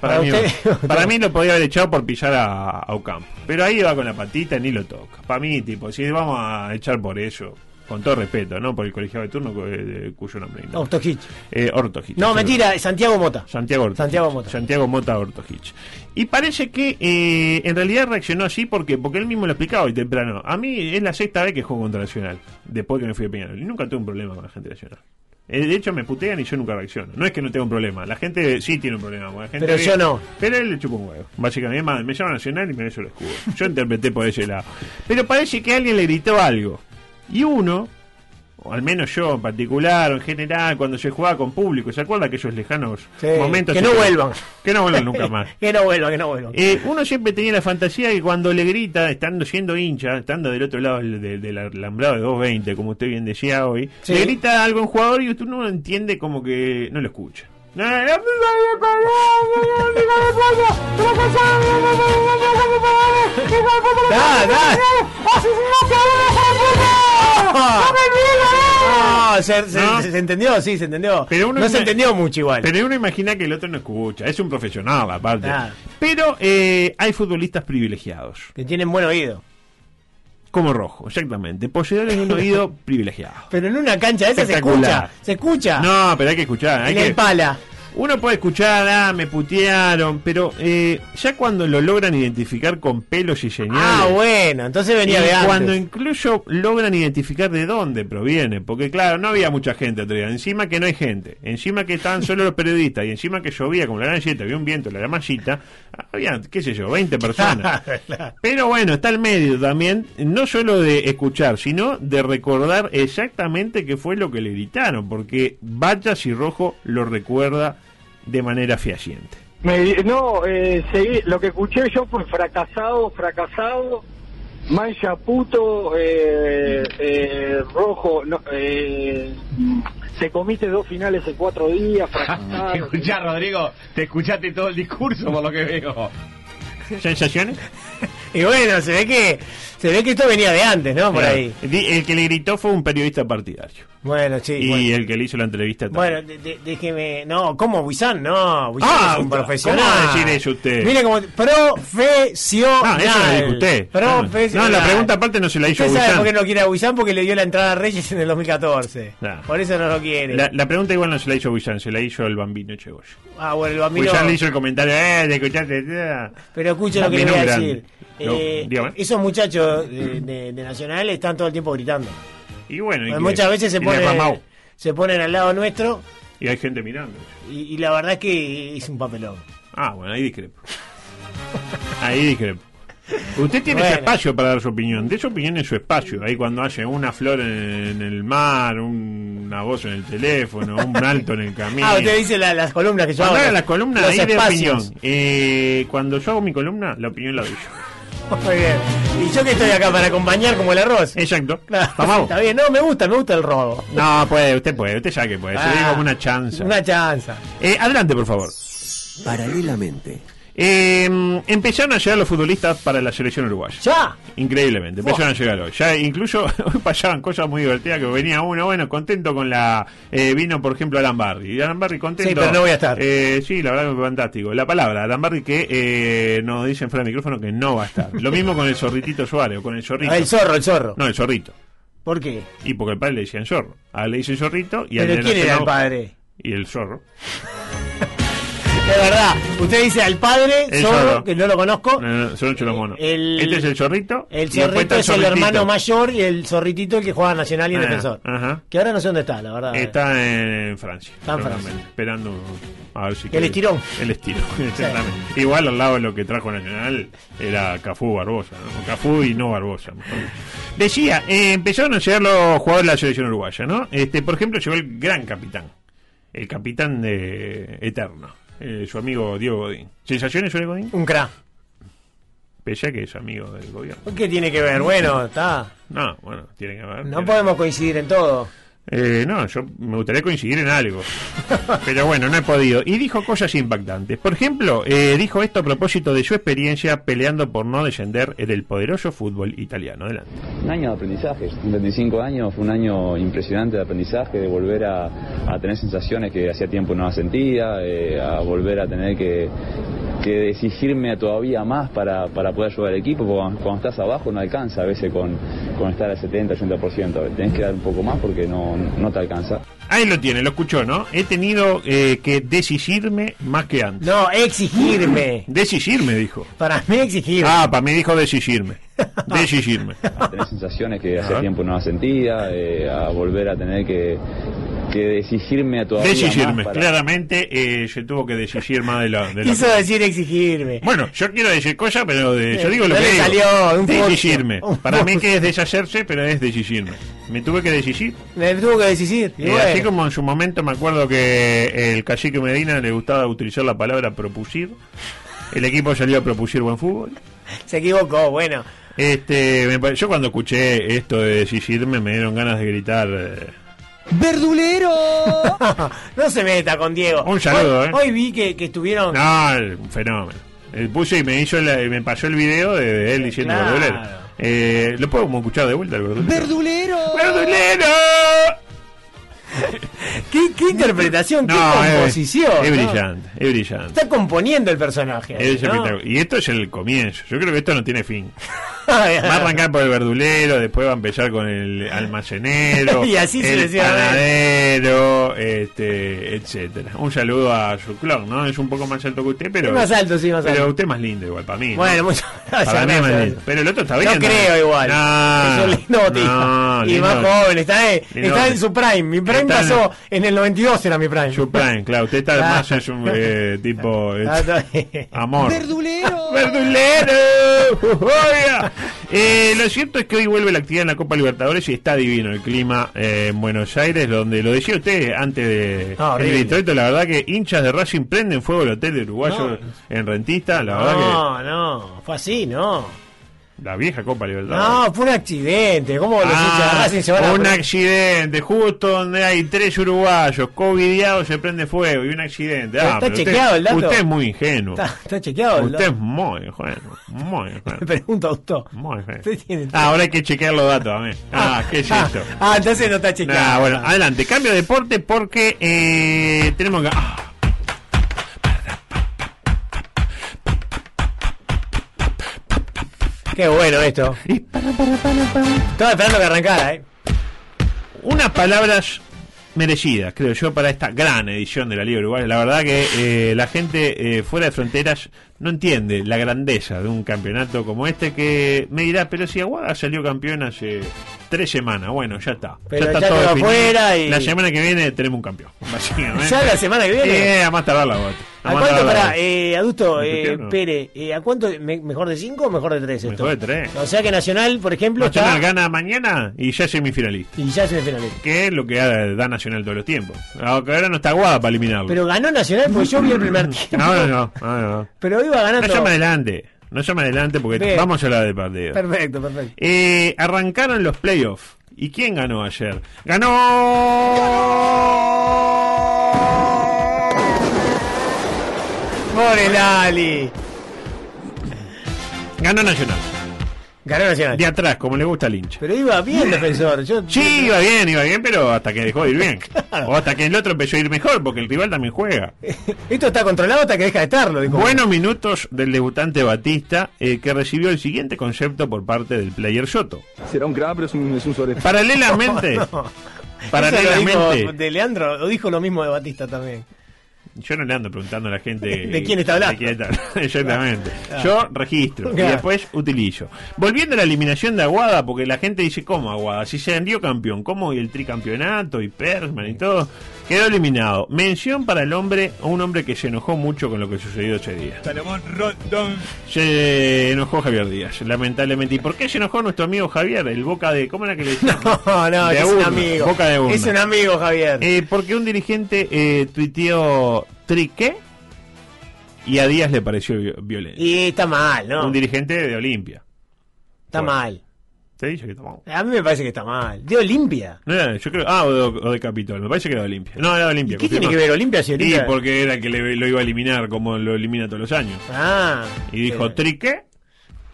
Para, ¿Para mí, usted? para mí lo podía haber echado por pillar a, a Ocampo. Pero ahí va con la patita ni lo toca. Para mí, tipo, si vamos a echar por eso, con todo respeto, ¿no? Por el colegiado de turno cu- eh, cuyo nombre ignoro. Autohitch. Eh, Ortojich. No, mentira, Santiago Mota. Santiago Ortojich. Santiago Mota. Santiago Mota Ortojich. Y parece que eh, en realidad reaccionó así porque porque él mismo lo explicaba hoy temprano. A mí es la sexta vez que juego contra Nacional, después que me fui a Peñarol. Y nunca tuve un problema con la gente de Nacional. Eh, De hecho, me putean y yo nunca reacciono. No es que no tenga un problema. La gente sí tiene un problema. porque la gente Pero yo no. Pero él le chupa un huevo. Básicamente, Es más, me llama Nacional y me beso el escudo. Yo interpreté por ese lado. Pero parece que alguien le gritó algo. Y uno, o al menos yo en particular, o en general, cuando se jugaba con público, ¿se acuerda aquellos lejanos Sí, momentos? que no vuelvan. Que no vuelvan nunca más. que no vuelva, que no vuelva. Eh, uno siempre tenía la fantasía que cuando le grita, estando siendo hincha, estando del otro lado del, del- del alambrado de 220, como usted bien decía hoy, Sí. le grita algo a un jugador y usted no lo entiende como que no lo escucha. Da, da. Ah. Ah, se, se- No. se- se entendió, sí, se entendió. Pero uno no se ima- entendió mucho igual. Pero uno imagina que el otro no escucha, es un profesional aparte. Claro. Pero eh, hay futbolistas privilegiados. Que tienen buen oído. Como rojo, exactamente. Poseedores de un oído privilegiado. Pero en una cancha esa se Espectacular. escucha. Se escucha. No, pero hay que escuchar. Hay en Ah. el que... pala. Uno puede escuchar, ah, me putearon, pero eh, ya cuando lo logran identificar con pelos y señales. Ah, bueno, entonces venía y de antes. cuando incluso logran identificar de dónde proviene, porque claro, no había mucha gente otro día. Encima que no hay gente, encima que estaban solo los periodistas, y encima que llovía como la gran siete, había un viento, la masita, había, qué sé yo, 20 personas. Pero bueno, está el medio también, no solo de escuchar, sino de recordar exactamente qué fue lo que le gritaron, porque Bachas y Rojo lo recuerda de manera fehaciente. Me- no, eh, seguí- lo que escuché yo fue fracasado, fracasado, mancha puto, eh, eh, rojo, no, eh, te comiste dos finales en cuatro días, fracasado. Escuchá, Rodrigo, te escuchaste todo el discurso por lo que veo. ¿Sensaciones? Y bueno, se ve que se ve que esto venía de antes, ¿no? Por ahí. Di- El que le gritó fue un periodista partidario. Bueno, sí. Y bueno. el que le hizo la entrevista también. Bueno, de- de- déjeme. No, ¿cómo Buizán? No, Buizán Ah, es un ¿cómo profesional. va a decir eso usted? Mire como. Profesional. Ah. Ah, eso lo dijo usted. Profesional. No, la pregunta aparte no se la hizo ¿Usted sabe Buizán. por qué no quiere a Buizán? Porque le dio la entrada a Reyes en el 2014. Nah. Por eso no lo quiere. Ah. La, la pregunta igual no se la hizo Bullán, se la hizo el bambino Chegoya. Ah, bueno, el bambino. Bullán le hizo el comentario, eh, te escuchaste. eh". Pero escuche lo que le Bambino voy a grande. decir. No, Eh, dígame. esos muchachos de, de- de Nacional están todo el tiempo gritando. Y bueno, ¿y qué? Muchas veces Y se le ponen, ramao. se ponen al lado nuestro Y hay gente mirando. y, y la verdad es que es un papelón. Ah, bueno, ahí discrepo. Ahí discrepo. Usted tiene Bueno. ese espacio para dar su opinión. De su opinión en su espacio. Ahí cuando hace una flor en el mar, un- una voz en el teléfono, un alto en el camino. Ah, usted dice la- las columnas que yo Cuando hago. haga la columna, los ahí de opinión. espacios. Eh, cuando yo hago mi columna, la opinión la doy yo. Muy bien. Y yo que estoy acá para acompañar como el arroz. Exacto. Claro, Vamos. Está bien, no, me gusta, me gusta el robo. No, puede, usted puede, usted sabe que puede. Se le Ah, dio Eh, como una chanza. Una chanza. Eh, adelante, por favor. Paralelamente, Eh, empezaron a llegar los futbolistas para la selección uruguaya. ¡Ya! Increíblemente, empezaron a llegar hoy. Ya incluso hoy pasaban cosas muy divertidas que venía uno, bueno, contento con la... eh, vino, por ejemplo, Alan Barry. Y Alan Barry contento. Sí, pero no voy a estar. Eh, sí, la verdad que fantástico. La palabra, Alan Barry que eh, nos dicen fuera del micrófono que no va a estar. Lo mismo con el zorritito Suárez o con el zorrito. Ah, El zorro, el zorro. No, el zorrito. ¿Por qué? Y porque al padre le decían zorro. A él le dicen zorrito y al de ¿Pero quién era el Nacional- padre? Y el zorro. De verdad. Usted dice al padre, El zorro, zorro. que no lo conozco. Eh, No, no, son ocho los monos. El- este es el zorrito. El y después zorrito está es el zorritito. hermano mayor y el zorritito el que juega Nacional y Ah, Defensor. ajá. Que ahora no sé dónde está, la verdad. Está en Francia. Está en Francia. seguramente, Esperando a ver si. El estirón. El estirón, exactamente. Igual al lado de lo que trajo Nacional era Cafú Barbosa. ¿no? Cafú y no Barbosa. mejor dicho. Decía, eh, empezaron a llegar los jugadores de la selección uruguaya, ¿no? Este, por ejemplo, llegó el gran capitán. El capitán de Eterno. eh, su amigo Diego Godín. ¿Sensaciones sobre Godín? Un cra. Pese a que es amigo del gobierno. ¿Qué tiene que ver? Bueno, está. No, bueno, tiene que haber. No tiene- podemos coincidir en todo. Eh, no, yo me gustaría coincidir en algo. Pero bueno, no he podido. Y dijo cosas impactantes. Por ejemplo, eh, dijo esto a propósito de su experiencia peleando por no descender en el poderoso fútbol italiano. Adelante. Un año de aprendizaje, 25 años, fue un año impresionante de aprendizaje, de volver a, a tener sensaciones que hacía tiempo no las sentía, eh, a volver a tener que, que exigirme todavía más para, para poder ayudar al equipo, porque cuando, cuando estás abajo no alcanza a veces con, con estar al 70, 80%, tenés que dar un poco más porque no, no te alcanza. Ahí lo tiene, lo escuchó, ¿no? He tenido eh, que desistirme más que antes. No, exigirme. Desistirme, dijo. Para mí exigir. Ah, para mí dijo desistirme. Desistirme. a tener sensaciones que hace Ajá. tiempo no las sentía, eh, a volver a tener que, que exigirme todavía Desistirme. más para, Claramente eh, se tuvo que desistir más de la... de la- Quiso decir exigirme. Bueno, yo quiero decir cosas, pero de- yo digo lo No que le digo. salió, un Desistirme. pozo. Un Para mí pozo. que es deshacerse, pero es desistirme. Me tuve que desistir. Me tuvo que decidir. Y Eh, bueno, Así como en su momento me acuerdo que el cacique Medina le gustaba utilizar la palabra propusir. El equipo salió a propusir buen fútbol. Se equivocó, bueno. Este, me pare- yo cuando escuché esto de desistirme me dieron ganas de gritar. eh, ¡Verdulero! no se meta con Diego. Un saludo, hoy, eh. hoy vi que, que estuvieron. No, el- un fenómeno. El puse y me hizo la- y me pasó el video de, de él diciendo Claro. verdulero. Eh, lo puedo como escuchar de vuelta el verdulero. ¡Verdulero! ¡Verdulero! ¿Qué, qué interpretación, qué es- composición. Es, ¿no? brillante, es brillante. Está componiendo el personaje. Es ¿no? espectacular. Y esto es el comienzo. Yo creo que esto no tiene fin. Va a arrancar por el verdulero, después va a empezar con el almacenero, Y así el sucesivamente. panadero, este, etcétera. Un saludo a su clon, ¿no? Es un poco más alto que usted, pero Es más alto, sí, más pero alto. usted es más lindo igual para mí. ¿no? Bueno, muchas gracias. Para mí es más gracias. lindo. Pero el otro está No bien. creo igual. No, es un lindo botín. no, y lindo. más joven, está, eh, Lindo está en botín. su prime. Mi prime Está en- pasó en el 92 era mi prime. Su prime, claro. Usted está Claro. más es un eh, tipo eh, Ah, está bien. amor. ¡Verdulero! ¡Verdulero! ¡Oiga! Eh, lo cierto es que hoy vuelve la actividad en la Copa Libertadores y está divino el clima eh, en Buenos Aires, donde lo decía usted antes de el Ah, horrible. Distrito, la verdad que hinchas de Racing prenden fuego el hotel de uruguayo en Rentista, la verdad no, no, fue así, no. que la vieja Copa Libertadores. No, fue un accidente. ¿Cómo los hinchas de Ah, Racing se van a un pre- accidente, justo donde hay tres uruguayos, covidiados, se prende fuego y un accidente. Ah, Está pero usted- chequeado el dato. Usted es muy ingenuo. Está, está chequeado. usted es muy ingenuo. Muy Me ingenuo. pregunto a usted. Muy bien. Usted tiene- Ah, ahora hay que chequear los datos a mí. Ah, qué es esto. Ah, entonces no está chequeado. Nah, bueno, adelante, cambio de deporte porque eh, tenemos que. ah. Qué bueno esto. Estaba esperando que arrancara, ¿eh? unas palabras merecidas, creo yo, para esta gran edición de la Liga Uruguaya. La verdad que eh, la gente eh, fuera de fronteras no entiende la grandeza de un campeonato como este que me dirá, pero si Aguada salió campeón hace tres semanas, bueno, ya está. Pero está ya quedó definido. afuera y- La semana que viene tenemos un campeón, básicamente. Ya la semana que viene. Eh, a más tardar la bota. ¿A más cuánto, tardar la pará, bota. eh, adulto, eh, Discutiendo. Pere, eh, ¿a cuánto, me- mejor de 5 o mejor de 3 esto? Mejor de tres. O sea que Nacional, por ejemplo, Nacional está... gana mañana y ya es semifinalista. Y ya semifinalista. Que es lo que da Nacional todos los tiempos. Aunque ahora no está Aguada para eliminarlo. Pero ganó Nacional porque yo vi el primer tiempo. No, no, no, no, no. Pero iba No ganando... se me adelante. No se me adelante porque Bien. vamos a hablar de partido. perfecto, perfecto. Eh, arrancaron los playoffs. ¿Y quién ganó ayer? ¡Ganó! Pobre Lali. Ganó Nacional. Ganó Nacional. De atrás, como le gusta al hincha. Pero iba bien defensor. Yo, Sí, iba bien, iba bien, pero hasta que dejó de ir bien. Claro. O hasta que el otro empezó a ir mejor, porque el rival también juega. Esto está controlado hasta que deja de estarlo. dijo. Buenos minutos del debutante Batista, eh, que recibió el siguiente concepto por parte del player Soto. Será un crack, pero es un, es un sobre. Paralelamente, No. Eso lo dijo paralelamente, de Leandro, lo dijo lo mismo de Batista también. Yo no le ando preguntando a la gente. ¿De quién está hablando? de quién está- Exactamente. Claro. Yo registro y Claro. después utilizo. Volviendo a la eliminación de Aguada, porque la gente dice, ¿cómo Aguada? Si se dio campeón, ¿cómo y el tricampeonato y Persman y todo? Quedó eliminado. Mención para el hombre, un hombre que se enojó mucho con lo que sucedió ese día. Salomón Rondón. Se enojó Javier Díaz, lamentablemente. ¿Y por qué se enojó nuestro amigo Javier? El boca de. ¿Cómo era que le decían? No, no, De es un urna, amigo. boca de urna. es un amigo, Javier. Eh, porque un dirigente eh, tuiteó triqué y a Díaz le pareció vi- violento. Y está mal, ¿no? Un dirigente de Olimpia. Está Bueno. mal. Te dije que tomamos. A mí me parece que está mal. De Olimpia. No era, yo creo, ah, o de, o de Capitol, me parece que era de Olimpia. No, era de Olimpia. ¿Qué confirmo. tiene que ver Olimpia si Y Olimpia? porque era el que le- lo iba a eliminar como lo elimina todos los años. Ah. Y dijo, Sí. triqué.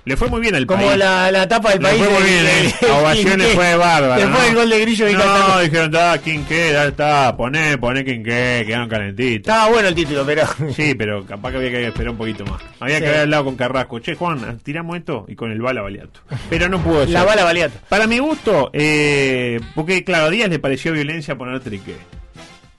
Le fue muy bien al Como país. la, la tapa del Le país. fue muy de- bien, de- eh. La ovación le Quinqué. fue bárbara. Después ¿no? del gol de Grillo y No, dijeron, da, ¿quién qué? Da, está, poné, poné, ¿quién qué? Quedaron calentitos. Estaba bueno el título, pero. Sí, pero capaz que había que esperar un poquito más. Había Sí. que haber hablado con Carrasco. Che, Juan, tiramos esto y con el bala baleato. Pero no pudo ser. La bala baleato. Para mi gusto, eh, porque claro, a Díaz le pareció violencia poner triqué.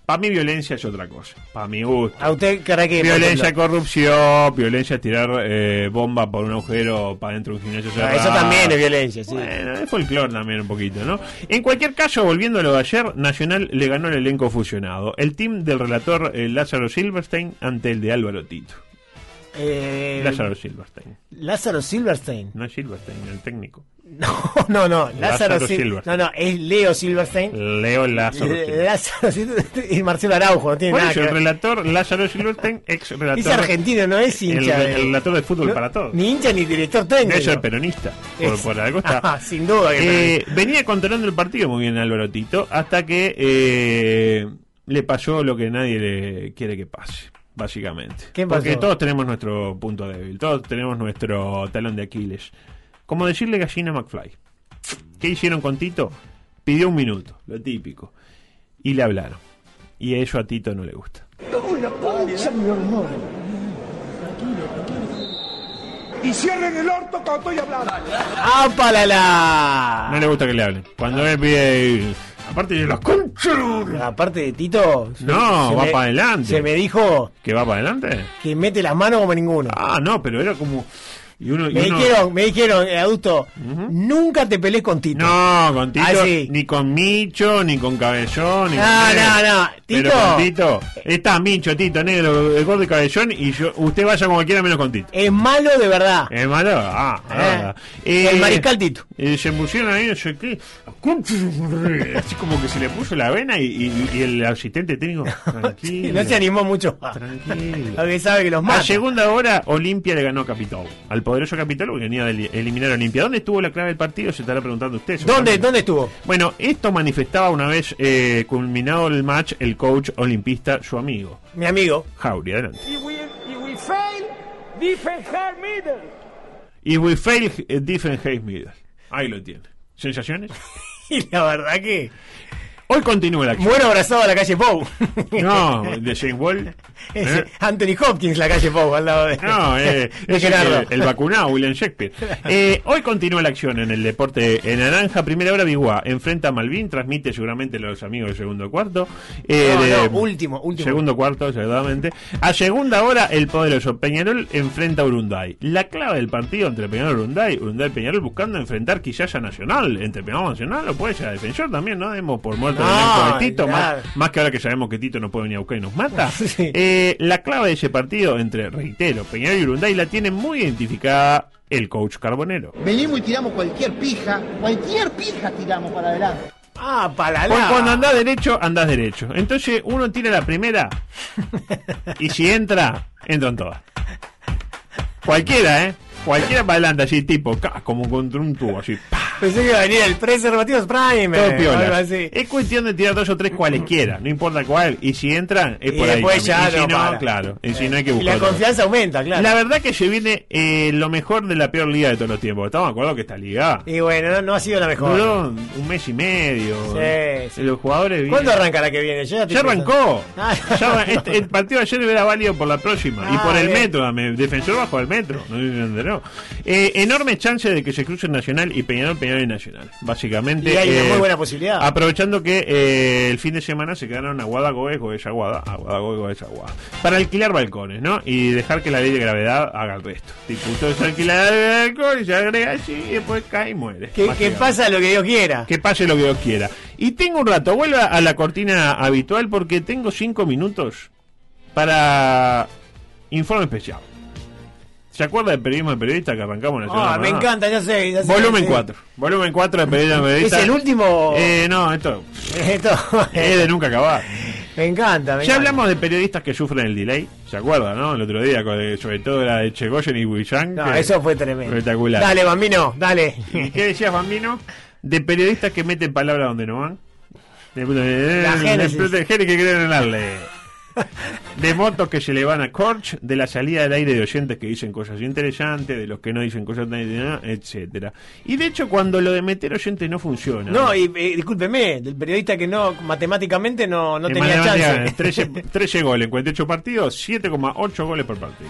Para mí violencia es otra cosa. Para mi gusto. A usted, cara que. Violencia, corrupción, violencia, tirar eh, bomba por un agujero para dentro de un gimnasio Ah, cerrado. Eso también es violencia, sí. Bueno, es folclore también un poquito, ¿no? En cualquier caso, volviendo a lo de ayer, Nacional le ganó el elenco fusionado. El team del relator eh, Lázaro Silverstein ante el de Álvaro Tito. Eh, Lázaro Silverstein. Lázaro Silverstein. No es Silverstein, el técnico. No, no, Lázaro, Lázaro Sil- Silverstein. No, no, es Leo Silverstein. Leo Lázaro Eh, Silverstein. Lázaro Silverstein y Marcelo Araujo, no tiene Por nada eso, que el ver. relator Lázaro Silverstein, ex relator. Es argentino, no es El, hincha. de- el relator de fútbol no, para todos. Ni hincha ni director técnico. De hecho, es peronista. Por, Es- por algo está. Ah, sin duda. que Eh, venía controlando el partido muy bien Álvaro Tito hasta que eh, le pasó lo que nadie le quiere que pase, básicamente. ¿Qué pasó? Porque todos tenemos nuestro punto débil, todos tenemos nuestro talón de Aquiles. Como decirle gallina a McFly. ¿Qué hicieron con Tito? Pidió un minuto, lo típico. Y le hablaron. Y eso a Tito no le gusta. Y cierren el orto cuando estoy hablando. ¡Apalala! No le gusta que le hablen. Cuando él pide... Aparte de los conchos. Aparte de Tito. se- No, se va me- para adelante. Se me dijo ¿Que va para adelante? que mete las manos como ninguno. Ah, no, pero era como. Y uno, y me uno- dijeron, me dijeron, eh, adulto, nunca te pelees con Tito. No, con Tito. Ah, sí. Ni con Micho, ni con Cabellón. Ni No, con no, él. no, Pero Tito. con Tito. Está Micho, Tito, negro, el gordo y Cabellón. Y yo, usted vaya como quiera menos con Tito. Es malo de verdad. ¿Es malo? Ah, Eh, ah. el mariscal Tito. eh, se pusieron ahí, no sé qué. Así como que se le puso la vena y, y- y el asistente técnico. Sí, Tranquilo. no se animó mucho. tranquilo. Ah, Porque sabe que los A mata. segunda hora, Olimpia le ganó a Capitol. Al poderoso Capitol porque venía de eli- eliminar a Olimpia. ¿Dónde estuvo la clave del partido? Se estará preguntando usted. ¿Dónde, seguramente. ¿Dónde estuvo? Bueno, esto manifestaba una vez eh, culminado el match el coach olimpista, su amigo. Mi amigo. Jauri, adelante. Y we, y we fail, defend her middle. Y we fail eh, different hate middle. Ahí lo tiene. ¿Sensaciones? Y la verdad que. Hoy continúa la acción. Bueno abrazado a la calle Pou. No, de James Wall. Ese, ¿Eh? Anthony Hopkins, la calle Pou, al lado de. No, eh, de es el, Gerardo. el vacunado, William Shakespeare. Eh, hoy continúa la acción en el deporte en naranja. Primera hora, Biguá enfrenta a Malvin, transmite seguramente los amigos de segundo cuarto. Eh, No, de- no, último, último. Segundo cuarto, seguramente. A segunda hora, el poderoso Peñarol enfrenta a Urunday. La clave del partido entre Peñarol y Urunday, Urunday y Peñarol buscando enfrentar quizás a Nacional. Entre Peñarol y Nacional, o puede ser a Defensor también, ¿no? Demos por muerto el No, elenco de Tito, claro. más, más que ahora que sabemos que Tito no puede venir a buscar y nos mata. Sí. Eh, la clave de ese partido entre, reitero, Peñarol y Urunday la tiene muy identificada el coach Carbonero. Venimos y tiramos cualquier pija, cualquier pija tiramos para adelante. Ah, para Porque la. cuando andás derecho, andás derecho. Entonces uno tira la primera y si entra, entran todas. Cualquiera, ¿eh? Cualquiera para adelante, así tipo, ca, como contra un tubo, así. pa, Pensé que iba a venir el Preservativos Prime. todo eh, piola. algo así. Es cuestión de tirar dos o tres cualesquiera, no importa cuál. Y si entran, es Y por ahí. después también. ya y si no no, para. claro. Y si no hay que Y la buscar. otra. confianza aumenta, claro. La verdad que se viene eh, lo mejor de la peor liga de todos los tiempos. Estamos de acuerdo que esta liga Y bueno, no, no ha sido la mejor. duró un mes y medio. Eh, Sí, sí. Los jugadores vienen- ¿Cuándo arranca la que viene? Yo estoy ya pensando. arrancó. Ah, Ya va- este- el partido ayer era válido por la próxima. y Ah, por el bien. metro. me- defensor bajo el metro. No sé si se enteró. Eh, enorme chance de que se crucen Nacional y Peñarol. Peñarol Peñarol y Nacional, básicamente. Eh, Y hay una muy buena posibilidad. Aprovechando que eh, el fin de semana se quedaron Aguada, Goes, Goes, Aguada, Aguada, Goes, Goes, Aguada. Para alquilar balcones, ¿no? Y dejar que la ley de gravedad haga el resto. Tipo, ustedes alquilan el balcón y se agrega allí y después cae y muere. Que, que pasa lo que Dios quiera. Que pase lo que Dios quiera. Y tengo un rato, vuelvo a la cortina habitual porque tengo cinco minutos para informe especial. ¿Se acuerda del periodismo de periodista que arrancamos en el Ah, me encanta, ya sé. ya sé, Volumen sí. 4. Volumen 4 de periodismo de ¿Es periodista. el último? Eh, no, esto Esto, es de nunca acabar. Eh, me encanta, me Ya encanta. hablamos de periodistas que sufren el delay, ¿se acuerda, no? El otro día, con el- sobre todo la de Chegoyen y Huillán. No, eso fue tremendo. espectacular. Dale, bambino, dale. ¿Y qué decías, Bambino? De periodistas que meten palabras donde no van. De, de- La de- génesis. de- de- gente que quieren ganarle. De motos que se le van a Corch, de la salida del aire de oyentes que dicen cosas interesantes, de los que no dicen cosas tan interesantes, etcétera. Y de hecho, cuando lo de meter oyentes no funciona. No, y, eh, discúlpeme, del periodista que no matemáticamente no, no En tenía matemáticas, chance. 13, 13 goles en 48 partidos, 7,8 goles por partido.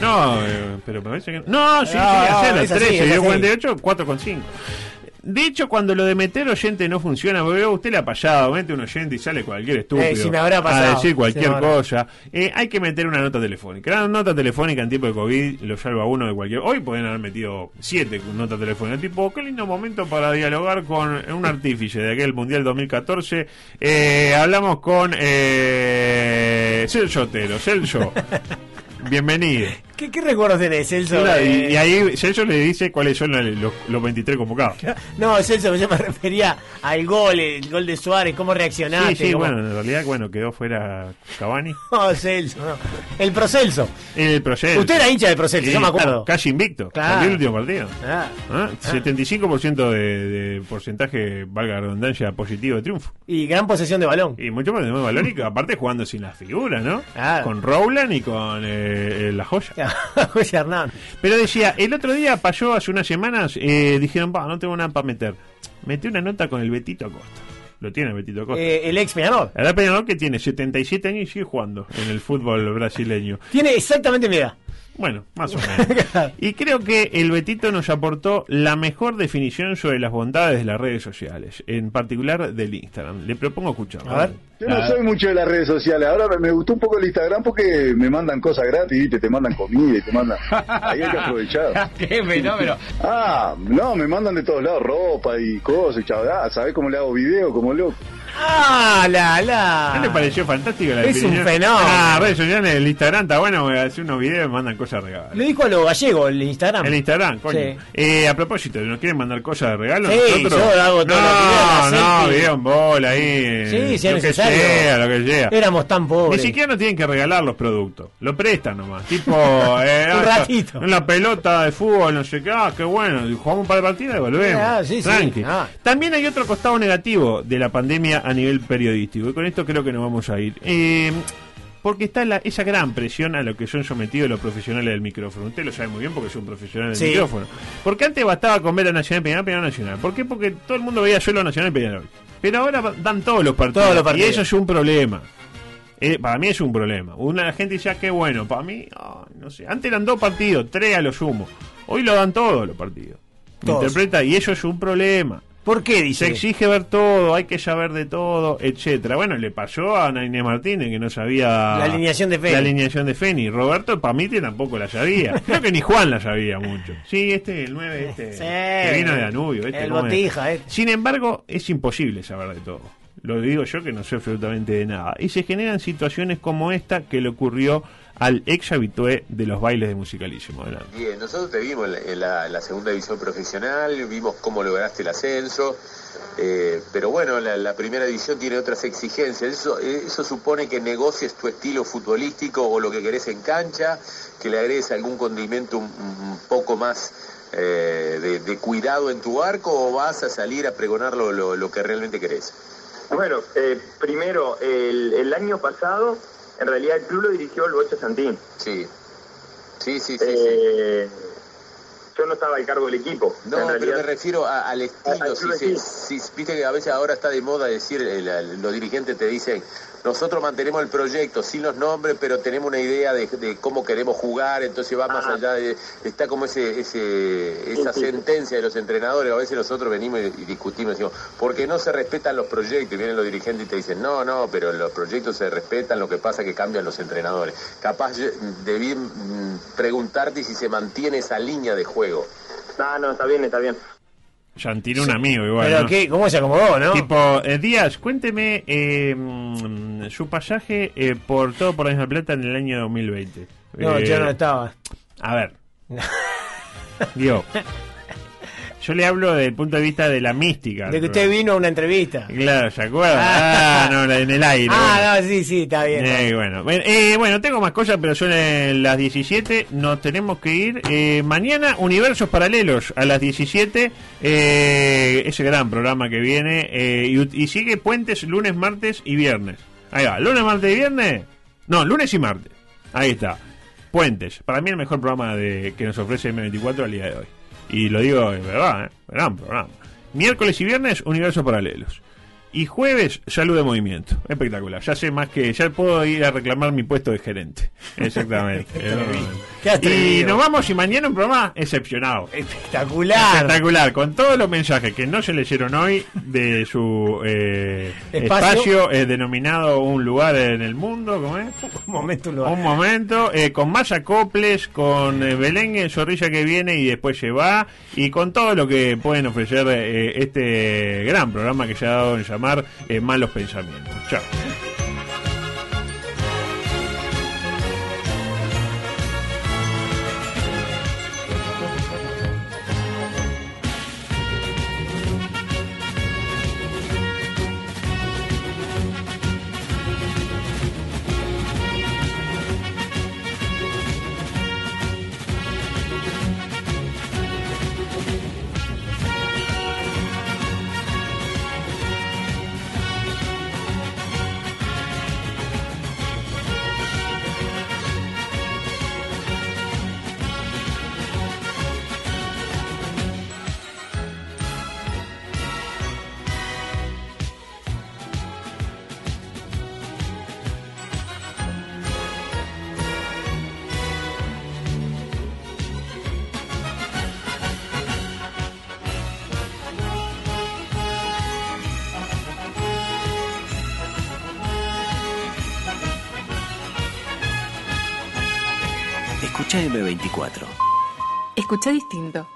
No, eh, pero me parece que. No, Ah, sí, sí, No, hacelo, es así, 13, es dio así. 48, 4,5. De hecho, cuando lo de meter oyente no funciona, porque veo usted la payada, mete un oyente y sale cualquier estúpido Eh, si me habrá pasado, a decir cualquier si me habrá. cosa. Eh, hay que meter una nota telefónica. La nota telefónica en tiempo de COVID lo salva uno de cualquier. Hoy pueden haber metido siete notas telefónicas. Tipo, qué lindo momento para dialogar con un artífice de aquel Mundial 2014. Eh, hablamos con eh, Celso Otero. Celso, bienvenido. ¿Qué, qué recuerdos tenés, Celso? Claro, y, Eh, y ahí Celso le dice cuáles son los, los- los 23 convocados. No, Celso, yo me refería al gol, el gol de Suárez, cómo reaccionaste. Sí, sí, cómo- bueno, en realidad, bueno, quedó fuera Cavani. No, Celso, no. El procelso. El Procelso. Usted era hincha del Procelso, Sí, yo me acuerdo. claro, Casi invicto. Claro. Perdió el último partido. Ah, Ah, 75% de, de porcentaje, valga la redundancia, positivo de triunfo. y gran posesión de balón. Y mucho más de nuevo valor, y que aparte jugando sin las figuras, ¿no? Claro. Con Rowland y con eh, eh, la joya. José Hernández. Pero decía, el otro día pasó hace unas semanas, eh, dijeron, va, no tengo nada para meter. Metí una nota con el Betito Acosta. Lo tiene el Betito Acosta. Eh, el ex Peñarol. Ahora Peñarol que tiene 77 años y sigue jugando en el fútbol brasileño. Tiene exactamente mi edad. Bueno, más o menos. Y creo que el Betito nos aportó la mejor definición sobre las bondades de las redes sociales, en particular del Instagram. Le propongo escuchar. A ver. Yo no soy mucho de las redes sociales. Ahora me- me gustó un poco el Instagram porque me mandan cosas gratis, ¿viste? te mandan comida y te mandan. Ahí hay que aprovechar. ¡Qué fenómeno! Ah, no, me mandan de todos lados ropa y cosas y chaval. Ah, ¿sabés cómo le hago video? Como loco. Ah, la, la. ¿No le pareció fantástico la Ah. Es definición? un fenómeno. Ah, redes sociales, el Instagram está bueno, voy a hacer unos videos y me mandan cosas de regalo. Lo dijo a lo gallego, el Instagram. El Instagram, coño. Sí. Eh, a propósito, ¿nos quieren mandar cosas de regalo? Sí, nosotros? yo hago todos los No, videos, la no, selfie. video en bola ahí. Sí, si es lo que necesario. sea, lo que sea. Éramos tan Ni pobres. siquiera nos tienen que regalar los productos. Lo prestan nomás. Tipo, eh, Un ah, ratito. Una pelota de fútbol, no sé qué. Ah, qué bueno. y Jugamos un par de partidas y volvemos. Ah, sí, sí. Tranqui. Ah. También hay otro costado negativo de la pandemia a nivel periodístico. Y con esto creo que nos vamos a ir. Eh, porque está la- esa gran presión a lo que son sometidos los profesionales del micrófono. Usted lo sabe muy bien porque es un profesional del Sí. micrófono. Porque antes bastaba con ver a Nacional Peñarol, Peñarol Nacional. ¿Por qué? Porque todo el mundo veía solo a Nacional Peñarol. Pero ahora va- dan todos los partidos. Todos los partidos. Y eso es un problema. Eh, para mí es un problema. Una gente dice, ah, qué bueno. Para mí, ah, no sé. Antes eran dos partidos, tres a lo sumo. Hoy lo dan todos los partidos. ¿Me Todos. interpreta? Y eso es un problema. ¿Por qué Se dice? exige ver todo, hay que saber de todo, etcétera. Bueno, le pasó a Naine Martínez que no sabía La alineación de Feni. La alineación de Feni. Roberto Pamite tampoco la sabía. Creo que ni Juan la sabía mucho. Sí, este el 9 este Sí. que vino de Danubio, este El ¿cómo es? botija, este. Sin embargo, es imposible saber de todo. Lo digo yo que no sé absolutamente de nada. Y se generan situaciones como esta que le ocurrió al ex habitué de los bailes de musicalísimo. Adelante. Bien, nosotros te vimos en la, en la- en la segunda división profesional, vimos cómo lograste el ascenso, eh, pero bueno, la, la primera división tiene otras exigencias. Eso, eh, eso supone que negocies tu estilo futbolístico o lo que querés en cancha, que le agregues algún condimento un, un poco más eh, de, de cuidado en tu arco o vas a salir a pregonar lo, lo- lo que realmente querés. Bueno, eh, primero, el, el año pasado, en realidad el club lo dirigió el Bocha Santín. Sí. Sí, sí, sí. Eh, yo no estaba al cargo del equipo. No, En pero realidad- me refiero a- al estilo. Al Si, club se- estilo. si- viste que a veces ahora está de moda decir, eh, la- los dirigentes te dicen, nosotros mantenemos el proyecto sin los nombres, pero tenemos una idea de, de cómo queremos jugar, entonces va más allá de... Está como ese, ese- esa Sí, sí. sentencia de los entrenadores, a veces nosotros venimos y, y discutimos, decimos, porque no se respetan los proyectos, y vienen los dirigentes y te dicen, no, no, pero los proyectos se respetan, lo que pasa es que cambian los entrenadores. Capaz yo- debí mm, preguntarte si se mantiene esa línea de juego. No, no, está bien, está bien. Santino un amigo igual. Pero ¿no? qué, cómo se acomodó, ¿no? Tipo, eh, Díaz, cuénteme eh, mm, su pasaje eh, por todo por la misma plata en el año 2020. No, Eh, yo no estaba. A ver. Digo, yo le hablo desde el punto de vista de la mística. De que usted vino a una entrevista. Claro, ¿se acuerda? Ah, no, la- en el aire. bueno. Ah, no, sí, sí, está bien. Eh, bueno, bueno, eh, bueno, tengo más cosas, pero son eh, las 17. Nos tenemos que ir. Eh, mañana, Universos Paralelos, a las 17. eh, ese gran programa que viene. eh, y, y sigue puentes lunes, martes y viernes. Ahí va, lunes, martes y viernes. No, lunes y martes. Ahí está. Puentes. Para mí, el mejor programa de, que nos ofrece M24 al día de hoy. Y lo digo de verdad, eh, gran programa. Miércoles y viernes, Universos Paralelos. Y jueves, salud de movimiento. Espectacular. Ya sé más que. Ya puedo ir a reclamar mi puesto de gerente. Exactamente. y Qué atrevido. nos vamos y mañana un programa excepcionado. Espectacular. Espectacular. Con todos los mensajes que no se leyeron hoy de su eh, espacio, Espacio. eh, denominado Un lugar en el mundo. ¿Cómo es? Un momento, un lugar. Un momento, eh, con más acoples, con eh, Belén en Zorrilla que viene y después se va, y con todo lo que pueden ofrecer eh, este gran programa que se ha dado en llamar eh, Malos Pensamientos. Chao. Escucha M24. Escucha distinto.